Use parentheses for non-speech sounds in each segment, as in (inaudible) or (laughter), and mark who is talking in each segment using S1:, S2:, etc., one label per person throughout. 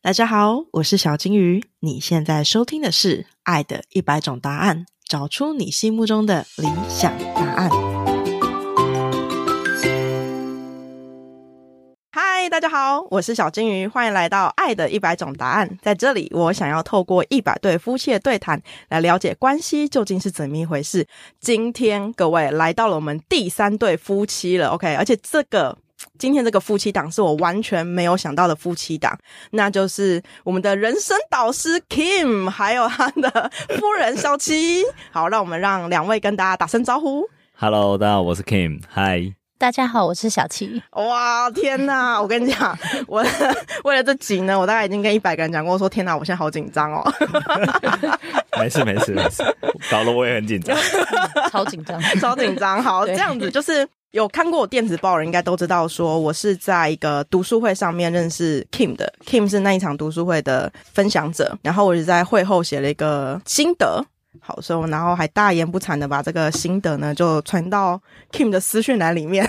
S1: 大家好，我是小金鱼。你现在收听的是《爱的一百种答案》，找出你心目中的理想答案。嗨，大家好，我是小金鱼，欢迎来到《爱的一百种答案》。在这里，我想要透过一百对夫妻的对谈，来了解关系究竟是怎么一回事。今天各位来到了我们第三对夫妻了，OK？而且这个今天这个夫妻档是我完全没有想到的夫妻档，那就是我们的人生导师 Kim，还 (laughs) 有他的夫人小七。 (laughs) 好，让我们让两位跟大家打声招呼。
S2: Hello，大家好，我是 Kim，嗨，
S3: 大家好，我是小七。
S1: 哇，天哪！我跟你讲，我 (laughs) 为了这集呢，我大概已经跟一百个人讲过说，天哪，我现在好紧张哦。
S2: 没事没事没事， (laughs) 搞得我也很紧 (laughs) 张。
S3: 超紧 (laughs) 张，
S1: (laughs) 超紧张。好，这
S3: 对
S1: 样子就是有看过我电子报的人应该都知道，说我是在一个读书会上面认识 Kim 的。Kim 是那一场读书会的分享者，然后我就在会后写了一个心得。好，所以我然后还大言不惭的把这个心得呢，就传到 Kim 的私讯栏里面，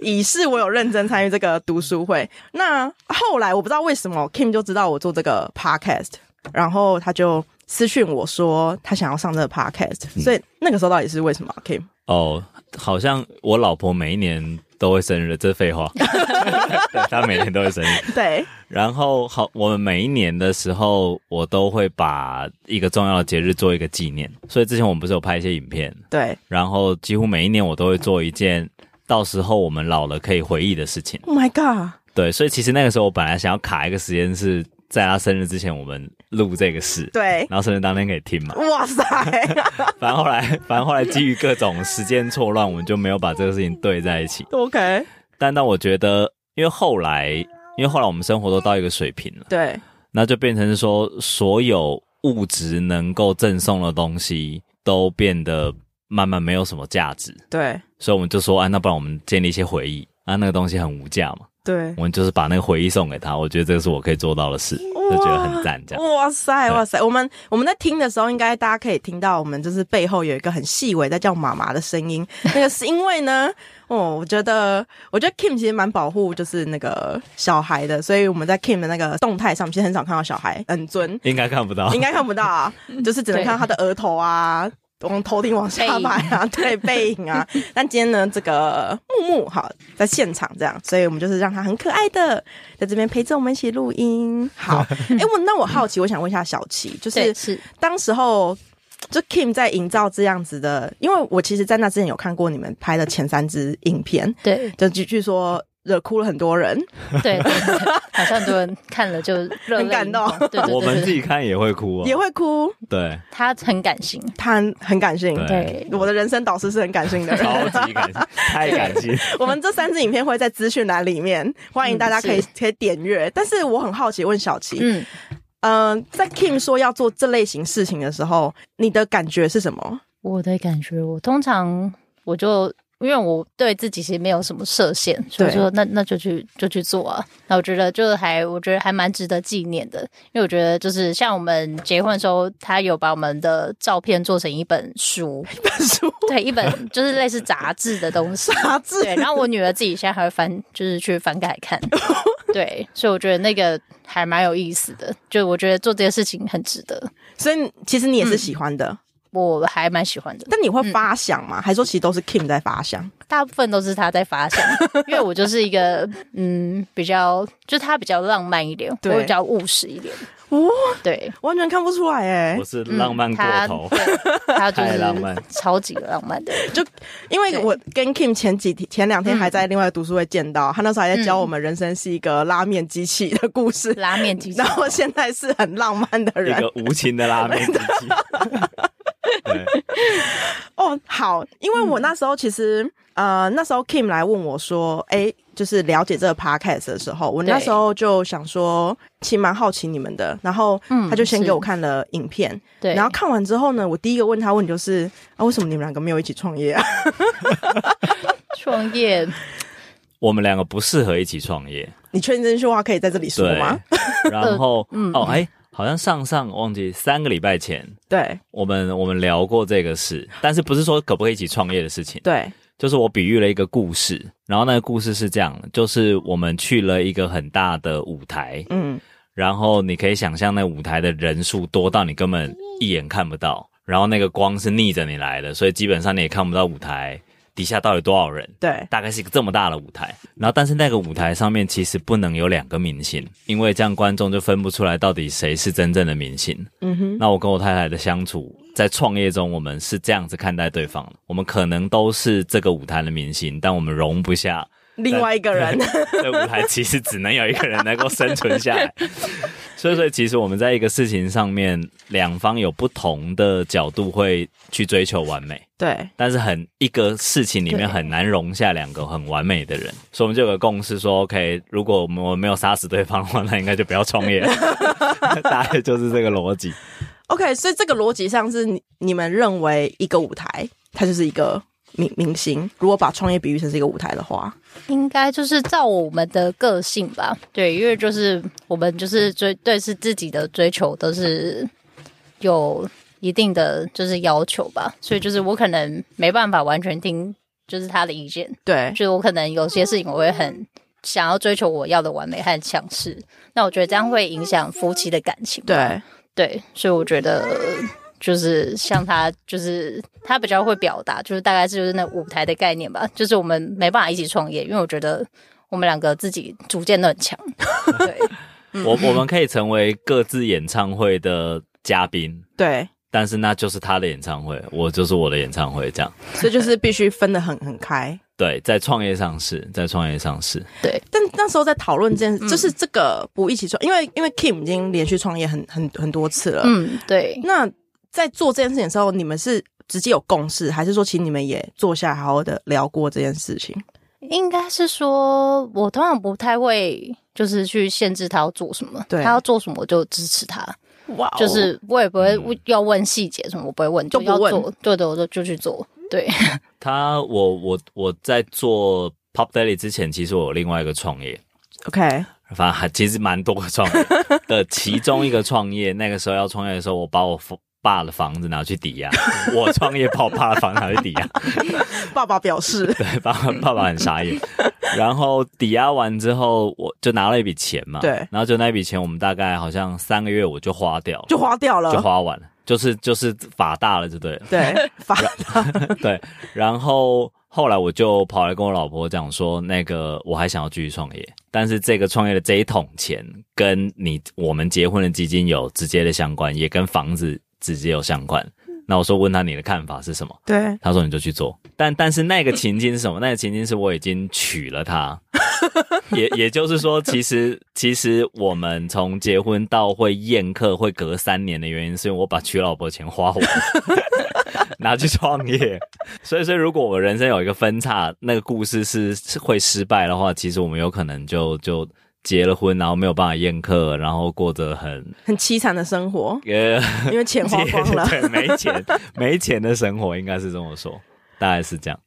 S1: 以示我有认真参与这个读书会。那后来我不知道为什么 Kim 就知道我做这个 podcast，然后他就私讯我说他想要上这个 podcast，、所以
S2: 嗯
S1: 那个时候到底是为什么啊 Kim？
S2: 哦、好像我老婆每一年都会生日，这是 (laughs) 废话。对她每年都会生日。
S1: 对，
S2: 然后好，我们每一年的时候，我都会把一个重要的节日做一个纪念。所以之前我们不是有拍一些影片，
S1: 对
S2: 然后几乎每一年我都会做一件到时候我们老了可以回忆的事情。
S1: ，Oh my god！
S2: 对，所以其实那个时候我本来想要卡一个时间是在她生日之前我们录这个事，
S1: 对，
S2: 然后生日当天可以听嘛。
S1: 哇塞，
S2: 反正后来， (laughs) 反正后来基于各种时间错乱，我们就没有把这个事情对在一起。
S1: (laughs) ，OK，
S2: 但但我觉得，因为后来，因为后来我们生活都到一个水平了，
S1: 对
S2: 那就变成是说，所有物质能够赠送的东西都变得慢慢没有什么价值，
S1: 对
S2: 所以我们就说，啊，那不然我们建立一些回忆。啊，那个东西很无价嘛，
S1: 对，
S2: 我们就是把那个回忆送给他，我觉得这个是我可以做到的事，就觉得很赞这样。
S1: 哇塞
S2: 对
S1: 哇塞！我们我们在听的时候，应该大家可以听到我们就是背后有一个很细微在叫妈妈的声 (laughs) 音。那个是因为呢，哦，我觉得我觉得 Kim 其实蛮保护就是那个小孩的，所以我们在 Kim 的那个动态上，其实很少看到小孩很尊，
S2: 应该看不到
S1: (laughs) 应，该看不到啊，就是只能
S3: 对
S1: 看到他的额头啊。往头顶往下摆啊，对背影 (laughs) 啊。但今天呢，这个木木好在现场这样，所以我们就是让他很可爱的在这边陪着我们一起录音。好， (laughs) 哎、我那我好奇，我想问一下小琪，就是
S3: 对是
S1: 当时候就 Kim 在营造这样子的，因为我其实，在那之前有看过你们拍的前三支影片，
S3: 对
S1: 就据据说惹哭了很多人，
S3: 对 (laughs) 对，对好像很多人看了就热泪
S1: 很感
S3: 盈
S1: 动
S3: 眶对对对
S2: 我们
S3: 对
S2: 自己看也会哭啊、
S1: 也会哭，
S2: 对，
S3: 他很感性，
S1: 他很感性。
S2: 对
S3: 对
S1: 我的人生导师是很感性的人，
S2: 超级感性，太感性。
S1: (laughs) 我们这三支影片会在资讯栏里面，欢迎大家可以、
S3: 嗯是
S1: 可以点阅。但是我很好奇，问小琪，
S3: 嗯，
S1: 嗯、在 Kim 说要做这类型事情的时候，你的感觉是什么？
S3: 我的感觉，我通常我就。因为我对自己其实没有什么设限，所以
S1: 对
S3: 说那那就去就去做啊。那我觉得就还我觉得还蛮值得纪念的，因为我觉得就是像我们结婚的时候，他有把我们的照片做成一本
S1: (laughs)
S3: 书，
S1: 书
S3: 对，一本就是类似杂志的东西，
S1: 杂志，
S3: (laughs) 对，然后我女儿自己现在还会翻，就是去翻开
S1: (laughs)
S3: 看。对，所以我觉得那个还蛮有意思的，就我觉得做这些事情很值得，
S1: 所以其实你也是喜欢
S3: 嗯
S1: 的，
S3: 我还蛮喜欢的。
S1: 但你会发想
S3: 嗯
S1: 吗？还说其实都是 Kim 在发想？
S3: 大部分都是她在发想，因为我就是一个嗯比较，就是她比较浪漫一点，
S1: 对
S3: 我比较务实一点。
S1: 哦，
S3: 对，
S1: 完全看不出来哎、
S2: 我是
S3: 嗯
S2: 浪漫过
S3: 她
S2: 头，
S3: 对她就
S2: 太
S3: 是
S2: 浪漫
S3: 超级浪漫的人。
S1: 因为
S3: 对嗯
S1: 我跟 Kim 前几天前两天还在另外一个读书会见到，他那时候还在教我们人生是一个拉面机器的故事，
S3: 拉面机器
S1: 然后现在是很浪漫的 (laughs)
S2: 一
S1: 人
S2: 个无情的拉面
S1: (laughs)
S2: 机器。对，
S1: 哦，好，因为我那时候其实、呃，那时候 Kim 来问我说，哎、就是了解这个 podcast 的时候，我那
S3: 对
S1: 时候就想说，其实蛮好奇你们的，然后
S3: 嗯
S1: 他就先给
S3: 是
S1: 我看了影片，
S3: 对，
S1: 然后看完之后呢，我第一个问他问题就是啊，为什么你们两个没有一起创业啊？ (laughs)
S3: 创业
S2: 我们两个不适合一起创业。
S1: 你确定这句话可以在这里说
S2: 对
S1: 吗？，嗯
S2: 然后哦，哎，好像上上忘记三个礼拜前，
S1: (laughs) 对
S2: 我们我们聊过这个事，但是不是说可不可以一起创业的事情，
S1: 对
S2: 就是我比喻了一个故事，然后那个故事是这样，就是我们去了一个很大的舞台，
S1: 嗯，
S2: 然后你可以想象那舞台的人数多到你根本一眼看不到，然后那个光是逆着你来的，所以基本上你也看不到舞台底下到底多少人。
S1: 对，
S2: 大概是一个这么大的舞台，然后但是那个舞台上面其实不能有两个明星，因为这样观众就分不出来到底谁是真正的明星。
S1: 嗯哼，
S2: 那我跟我太太的相处，在创业中，我们是这样子看待对方的。我们可能都是这个舞台的明星，但我们容不下
S1: 另外一个人，
S2: 这舞台，其实只能有一个人能够生存下来。所以，所以其实我们在一个事情上面，两方有不同的角度会去追求完美，
S1: (laughs) 对，
S2: 但是很一个事情里面
S3: 对
S2: 很难容下两个很完美的人。所以，我们就有个共识说，OK，如果我们没有杀死对方的话，那应该就不要创业了。大概就是这个逻辑。
S1: OK，所以这个逻辑上是你你们认为一个舞台，它就是一个明明星。如果把创业比喻成是一个舞台的话，
S3: 应该就是照我们的个性吧，对，因为就是我们就是追对是自己的追求都是有一定的就是要求吧，所以就是我可能没办法完全听就是他的意见，
S1: 对
S3: 就是我可能有些事情我会很想要追求我要的完美和强势，那我觉得这样会影响夫妻的感情。
S1: 对，
S3: 对，所以我觉得就是像他，就是他比较会表达，就是大概是就是那舞台的概念吧。就是我们没办法一起创业，因为我觉得我们两个自己主见都很
S1: (laughs)
S3: 强。对，
S2: 我我们可以成为各自演唱会的嘉宾，
S1: 对，
S2: 但是那就是他的演唱会，我就是我的演唱会，这样。
S1: 所以就是必须分得很很开。
S2: 对，在创业上是，在创业上是，
S1: 但那时候在讨论这
S2: 嗯
S1: 件事，就是这个不一起创，因为因为 Kim 已经连续创业很很很多次了。
S3: 嗯，对。
S1: 那在做这件事情的时候，你们是直接有共识，还是说其实你们也坐下好好的聊过这件事情？
S3: 应该是说，我通常不太会就是去限制他要做什么，
S1: 对
S3: 他要做什么我就支持他，
S1: 哇、
S2: 哦
S3: 就是我也不会问要问细节什么，我不会问，
S1: 嗯就
S3: 就
S1: 不
S3: 要
S1: 问
S3: 做，对对，我就就去做，对，
S2: 他我我我在做 Pop Daily 之前，其实我有另外一个创业，
S1: OK，
S2: 反正还其实蛮多个创业的，其中一个创业，那个时候要创业的时候，我把我爸的房子拿去抵押， (laughs) 我创业把我爸的房子拿去抵押， (laughs)
S1: 爸爸表示
S2: 对，爸爸爸爸很傻眼。然后抵押完之后，我就拿了一笔钱嘛，
S1: 对
S2: 然后就那笔钱，我们大概好像三个月我就花掉了，
S1: 就花掉
S2: 就
S1: 了，
S2: 花完了，就是就是法大了就对了，
S1: 对，
S2: (laughs)
S1: 发
S2: 对。然后后来我就跑来跟我老婆讲说，那个我还想要继续创业，但是这个创业的这一桶钱跟你我们结婚的基金有直接的相关，也跟房子直接有相关。那我说问他你的看法是什么？
S1: 对
S2: 他说你就去做。但但
S1: (laughs)
S2: 是那个情境是什么？那个情境是我已经娶了她， (laughs) 也也就是说，其实其实我们从结婚到会宴客会隔三年的原因，是因为我把娶老婆的钱花完。
S1: (laughs)
S2: 拿去创业，所以所以如果我人生有一个分叉，那个故事是是会失败的话，其实我们有可能就就结了婚，然后没有办法宴客，然后过
S1: (laughs)
S2: 着很
S1: 很凄惨的生活，
S2: 呃
S1: 因为钱花光了。
S2: (laughs) 对，没钱没钱的生活，应该是这么说，大概是这样。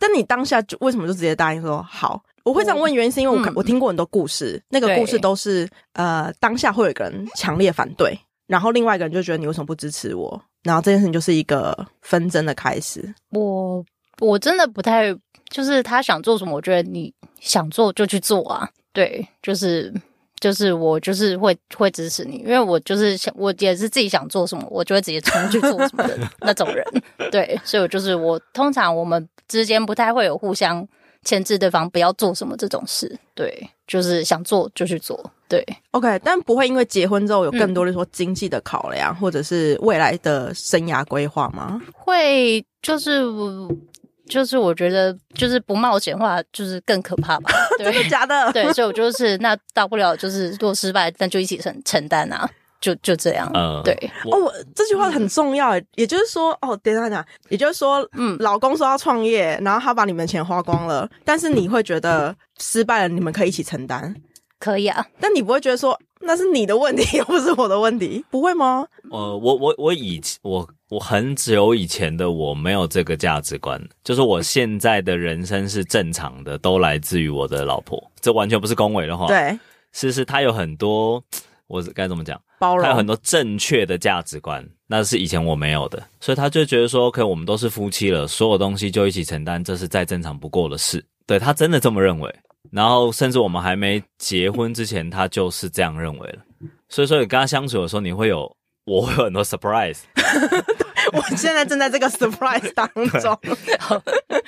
S1: 但你当下就为什么就直接答应说好？我会这样问原因是因为我看、
S3: 嗯
S1: 我听过很多故事，那个
S3: 对
S1: 故事都是呃当下会有一个人强烈反对，然后另外一个人就觉得你为什么不支持我，然后这件事情就是一个纷争的开始。
S3: 我我真的不太，就是他想做什么，我觉得你想做就去做啊。对，就是就是我就是会会支持你，因为我就是想我也是自己想做什么，我就会直接冲去做什么的那种人。对，所以我就是我通常我们之间不太会有互相牵制对方不要做什么这种事。对，就是想做就去做。对，
S1: OK，但不会因为结婚之后有更多的说经济的考量，或者是未来的生涯规划吗？
S3: 会就是就是我觉得就是不冒险的话，就是更可怕吧。对。
S1: 真的假的？
S3: 对，所以我就是那大不了就是如果失败，那就一起承承担啊，就就这样。
S2: 呃，
S3: 对，
S2: 我嗯
S1: 哦，我这句话很重要耶，也就是说，哦，等一下等一下，也就是说，嗯
S3: 嗯，
S1: 老公说要创业，然后他把你们钱花光了，但是你会觉得失败了，你们可以一起承担，
S3: 可以啊，
S1: 但你不会觉得说那是你的问题，又不是我的问
S2: (laughs)
S1: 题，不会吗？
S2: 呃，我我我以前我我很久以前的我没有这个价值观，就是我现在的人生是正常的，都来自于我的老婆，这完全不是恭维的话，，
S1: 对，
S2: 是是她有很多我是该怎么讲？
S1: 包
S2: 他有很
S1: 容，
S2: 多正确的价值观，那是以前我没有的，所以他就觉得说，OK，我们都是夫妻了，所有东西就一起承担，这是再正常不过的事。对他真的这么认为，然后甚至我们还没结婚之前，他就是这样认为了。所以说，你跟他相处的时候，你会有我会有很多 surprise，
S1: 我现在正在这个
S2: (laughs)
S1: surprise 当中。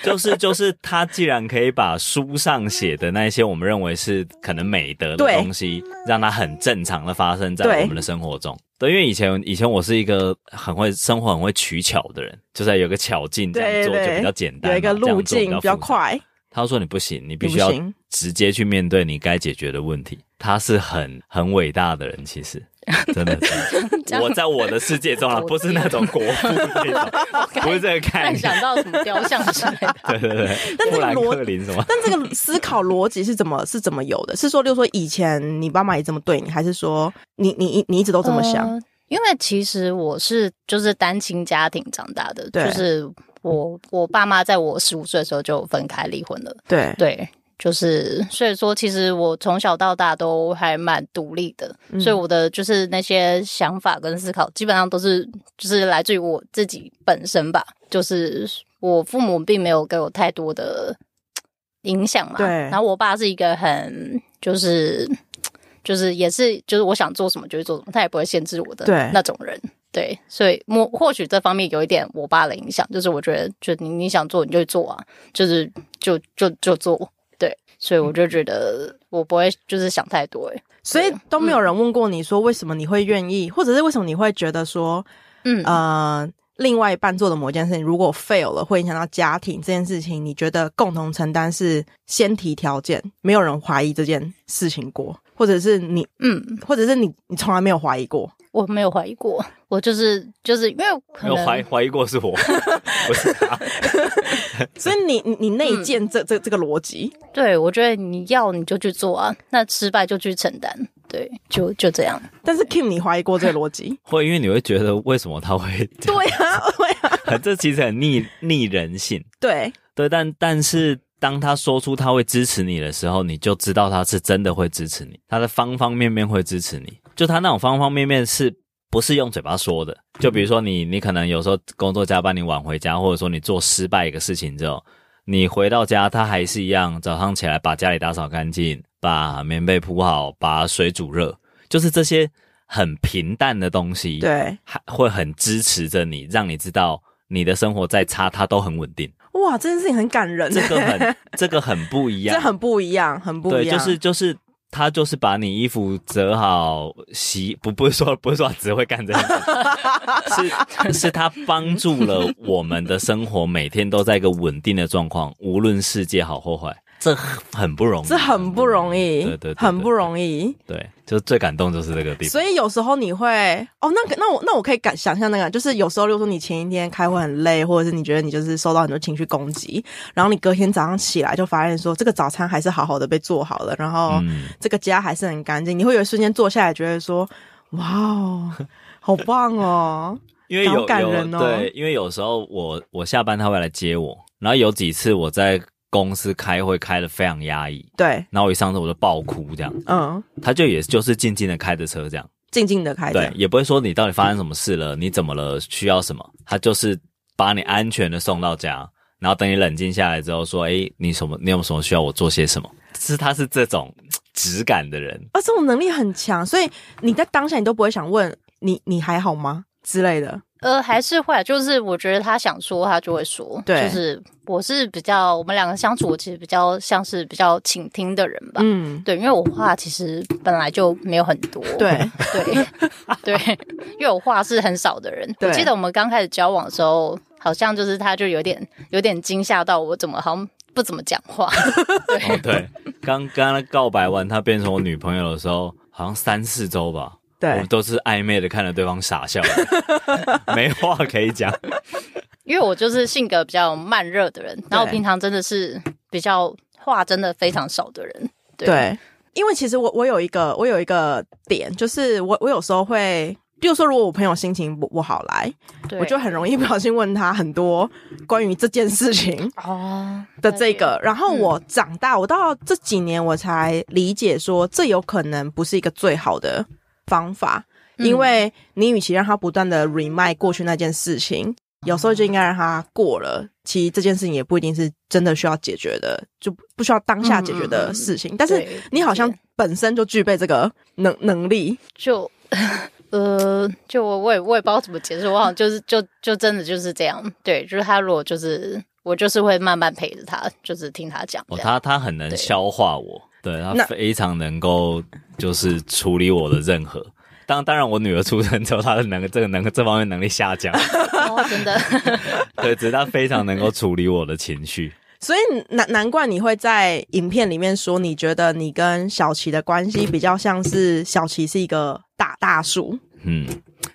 S2: 就是就是他既然可以把书上写的那些我们认为是可能美德的
S1: 对
S2: 东西，让它很正常的发生在
S1: 对
S2: 我们的生活中。对，因为以前以前我是一个很会生活很会取巧的人，就是有个巧劲这样
S1: 对
S2: 做就
S1: 对
S2: 比较简单嘛，
S1: 有一个路径
S2: 比
S1: 比较。快，
S2: 他说你不行，你必须
S1: 你
S2: 要
S1: 不行
S2: 直接去面对你该解决的问题。他是很很伟大的人，
S1: (laughs)
S2: 其实真的
S3: 这
S2: 是。
S3: 样
S2: 我在我的世界中啊，不是那种国父那
S1: (laughs)
S2: 种，不是这个概
S3: 然
S2: 念。
S3: 想到什么雕像之类的，
S2: 对对对，
S1: 但这个
S2: 布兰
S1: 逻
S2: 克林什么？
S1: 但这个思考逻辑是怎么是怎么有的？是说，例如说以前你爸妈也这么对你，还是说你你你一直都这么想？
S3: 呃因为其实我是就是单亲家庭长大的，
S1: 对
S3: 就是我我爸妈在我十五岁的时候就分开离婚了，
S1: 对，
S3: 对。就是，所以说，其实我从小到大都还蛮独立的，
S1: 嗯
S3: 所以我的就是那些想法跟思考，基本上都是就是来自于我自己本身吧。就是我父母并没有给我太多的影响嘛。
S1: 对
S3: 然后我爸是一个很就是就是也是就是我想做什么就会做什么，他也不会限制我的
S1: 对
S3: 那种人。对，所以莫或许这方面有一点我爸的影响，就是我觉得就你你想做你就做啊，就是就就就做。对，所以我就觉得我不会就是想太多、欸。
S1: 所以都没有人问过你说为什么你会愿意，或者是为什么你会觉得说，
S3: 嗯
S1: 呃，另外一半做的某件事情如果 fail 了，会影响到家庭这件事情，你觉得共同承担是先提条件，没有人怀疑这件事情过，或者是你，
S3: 嗯，
S1: 或者是你，你从来没有怀疑过，
S3: 我没有怀疑过，我就是就是因为可
S2: 有
S3: 能
S2: 怀怀疑过是 (laughs) 我，不是
S1: 啊
S2: 他。？
S1: 所以你你你内建这、这这个逻辑，
S3: 对我觉得你要你就去做啊，那失败就去承担，对，就就这样。
S1: 但是 Kim 你怀疑过这个逻辑
S2: (laughs) 会，因为你会觉得为什么他会这
S1: 对啊，对啊，
S2: 样？ (laughs) 这其实很逆逆人性。
S1: 对，
S2: 对，但但是当他说出他会支持你的时候，你就知道他是真的会支持你，他的方方面面会支持你。就他那种方方面面是不是用嘴巴说的？就比如说你，你可能有时候工作加班，你晚回家，或者说你做失败一个事情之后，你回到家，他还是一样，早上起来把家里打扫干净，把棉被铺好，把水煮热，就是这些很平淡的东西，，
S1: 对，
S2: 还会很支持着你，让你知道你的生活再差，他都很稳定。
S1: 哇，这件事情很感人，
S2: 这个很这个很不一样，
S1: (laughs) 这很不一样，很不一
S2: 对，
S1: 样，
S2: 就是就是他就是把你衣服折好洗，不不是说不是说他只会干这件事，是是他帮助了我们的生活，每天都在一个稳定的状况，无论世界好或坏，这很不容易，
S1: 这很不容易，
S2: 对对，
S1: 很不
S2: 易，
S1: 容易。
S2: 对，就最感动就是这个地方，
S1: 所以有时候你会哦，那个那我那我可以感想象那个，就是有时候，例如说你前一天开会很累，或者是你觉得你就是受到很多情绪攻击，然后你隔天早上起来就发现说这个早餐还是好好的被做好了，然后
S2: 嗯
S1: 这个家还是很干净，你会有一瞬间坐下来觉得说哇哦，好棒哦， (laughs)
S2: 因为有
S1: 好感人哦
S2: 有对，因为有时候我我下班他会来接我，然后有几次我在公司开会开的非常压抑。
S1: 对，
S2: 然后我一上车我就爆哭，这样，
S1: 嗯，
S2: 他就也就是静静的开着车这样，
S1: 静静的开
S2: 对
S1: 着，，
S2: 也不会说你到底发生什么事了，你怎么了，需要什么，他就是把你安全的送到家，然后等你冷静下来之后说，诶，你什么，你有什么需要我做些什么？是他是这种嘖质感
S1: (laughs)
S2: 的人，
S1: 啊，这种能力很强，所以你在当下你都不会想问你你还好吗之类的，
S3: 呃，还是会，就是我觉得他想说，他就会说。
S1: 对
S3: 就是我是比较，我们两个相处，我其实比较像是比较倾听的人
S2: 啊
S3: 吧。
S1: 嗯，
S3: 对，因为我话其实本来就没有很多。
S1: 对。
S3: 对对，因为我话是很少的人。我
S1: 对
S3: 记得我们刚开始交往的时候，好像就是他就有点有点惊吓到我，怎么好像不怎么讲
S1: (laughs)
S3: 话。
S2: 哦，对，刚刚他告白完他变成我女朋友的时候，好像三四周吧，我
S1: 对
S2: 们，都是暧昧的看着对方傻笑，
S1: (laughs)
S2: 没话可以讲，
S3: 因为我就是性格比较慢热的人，然后我
S1: 对
S3: 平常真的是比较话真的非常少的人。对，
S1: 对，因为其实我我有一个我有一个点，就是我我有时候会，比如说如果我朋友心情不不好来，
S3: 对
S1: 我就很容易不小心问他很多关于这件事情
S3: 哦
S1: 的这
S3: 了
S1: 个。然后嗯我长大，我到这几年我才理解说，这有可能不是一个最好的方法，
S3: 嗯
S1: 因为你与其让他不断的 remind 过去那件事情，有时候就应该让他过了。其实这件事情也不一定是真的需要解决的，就不不需要当下解决的事情。但是
S3: 对
S1: 你好像
S3: 理解
S1: 本身就具备这个能能力，
S3: 就呃，就我我也我也不知道怎么解释，我好像就是就就真的就是这样，对，就是他如果就是我就是会慢慢陪着他，就是听他讲这
S2: 哦，
S3: 样，
S2: 他他很能
S3: 对
S2: 消化我，对他
S1: 那
S2: 非常能够就是处理我的任何。当当然，我女儿出生之后，她的能这个能这方面能力下
S3: (laughs)
S2: 降，
S3: 哦，真的，
S2: 对，只是她非常能够处理我的情绪。
S1: 所以难难怪你会在影片里面说，你觉得你跟小琪的关系比较像是小琪是一个大大树，
S2: 嗯，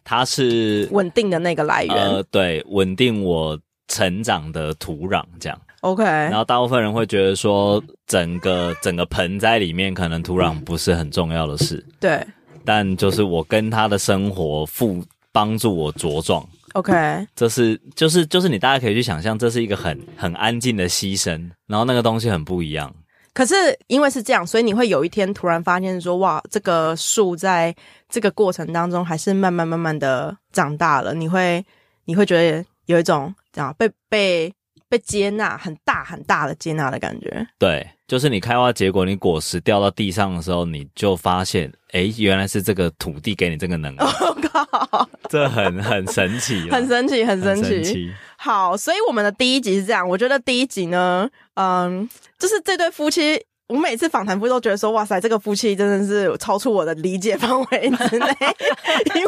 S2: 她是
S1: 稳定的那个来源。
S2: 呃，对，稳定我成长的土壤这样。
S1: OK，
S3: 哎
S2: 然后大部分人会觉得说，整个整个盆栽里面可能土壤不是很重要的事，
S1: 对
S2: 但就是我跟她的生活负帮助我茁壮。
S1: ，OK，
S2: 这是就是就是你大家可以去想象，这是一个很很安静的牺牲，然后那个东西很不一样。
S1: 可是因为是这样，所以你会有一天突然发现说，哇，这个树在这个过程当中还是慢慢慢慢的长大了，你会你会觉得有一种啊被被被接纳，很大很大的接纳的感觉。 (laughs)
S2: 对，就是你开花结果，你果实掉到地上的时候，你就发现，诶，原来是这个土地给你这个能量，
S1: (laughs) 我靠，
S2: 这很很神奇啦，
S1: 很神奇，很神
S2: 很神
S1: 奇。
S2: 奇。
S1: 好，所以我们的第一集是这样，我觉得第一集呢，嗯，就是这对夫妻。我每次访谈夫都觉得说，哇塞，这个夫妻真的是超出我的理解范围之
S3: (laughs)
S1: 内，因为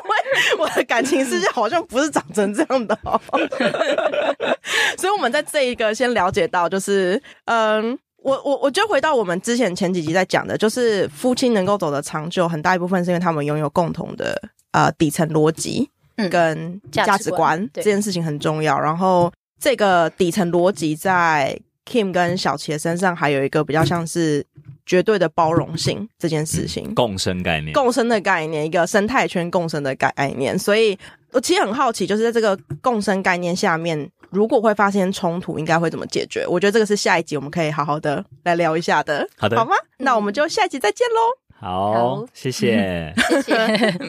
S1: 我的感情世界好像不是长成这样的、哦。 (laughs) 所以，我们在这一个先了解到，就是，嗯，我我我就回到我们之前前几集在讲的，就是夫妻能够走得长久，很大一部分是因为他们拥有共同的呃底层逻辑
S3: 嗯
S1: 跟
S3: 价值
S1: 价值观，
S3: 观对
S1: 这件事情很重要。然后，这个底层逻辑在 Kim 跟小琪的身上还有一个比较像是绝对的包容性这件事情。
S2: 嗯共生概念，
S1: 共生的概念，一个生态圈共生的概念。所以我其实很好奇，就是在这个共生概念下面，如果会发生冲突，应该会怎么解决？我觉得这个是下一集我们可以好好的来聊一下的，
S2: 好的
S1: 好吗？那我们就下一集再见喽。
S2: 好
S1: (laughs)
S3: 好， (laughs)
S2: 谢谢。
S3: 谢谢。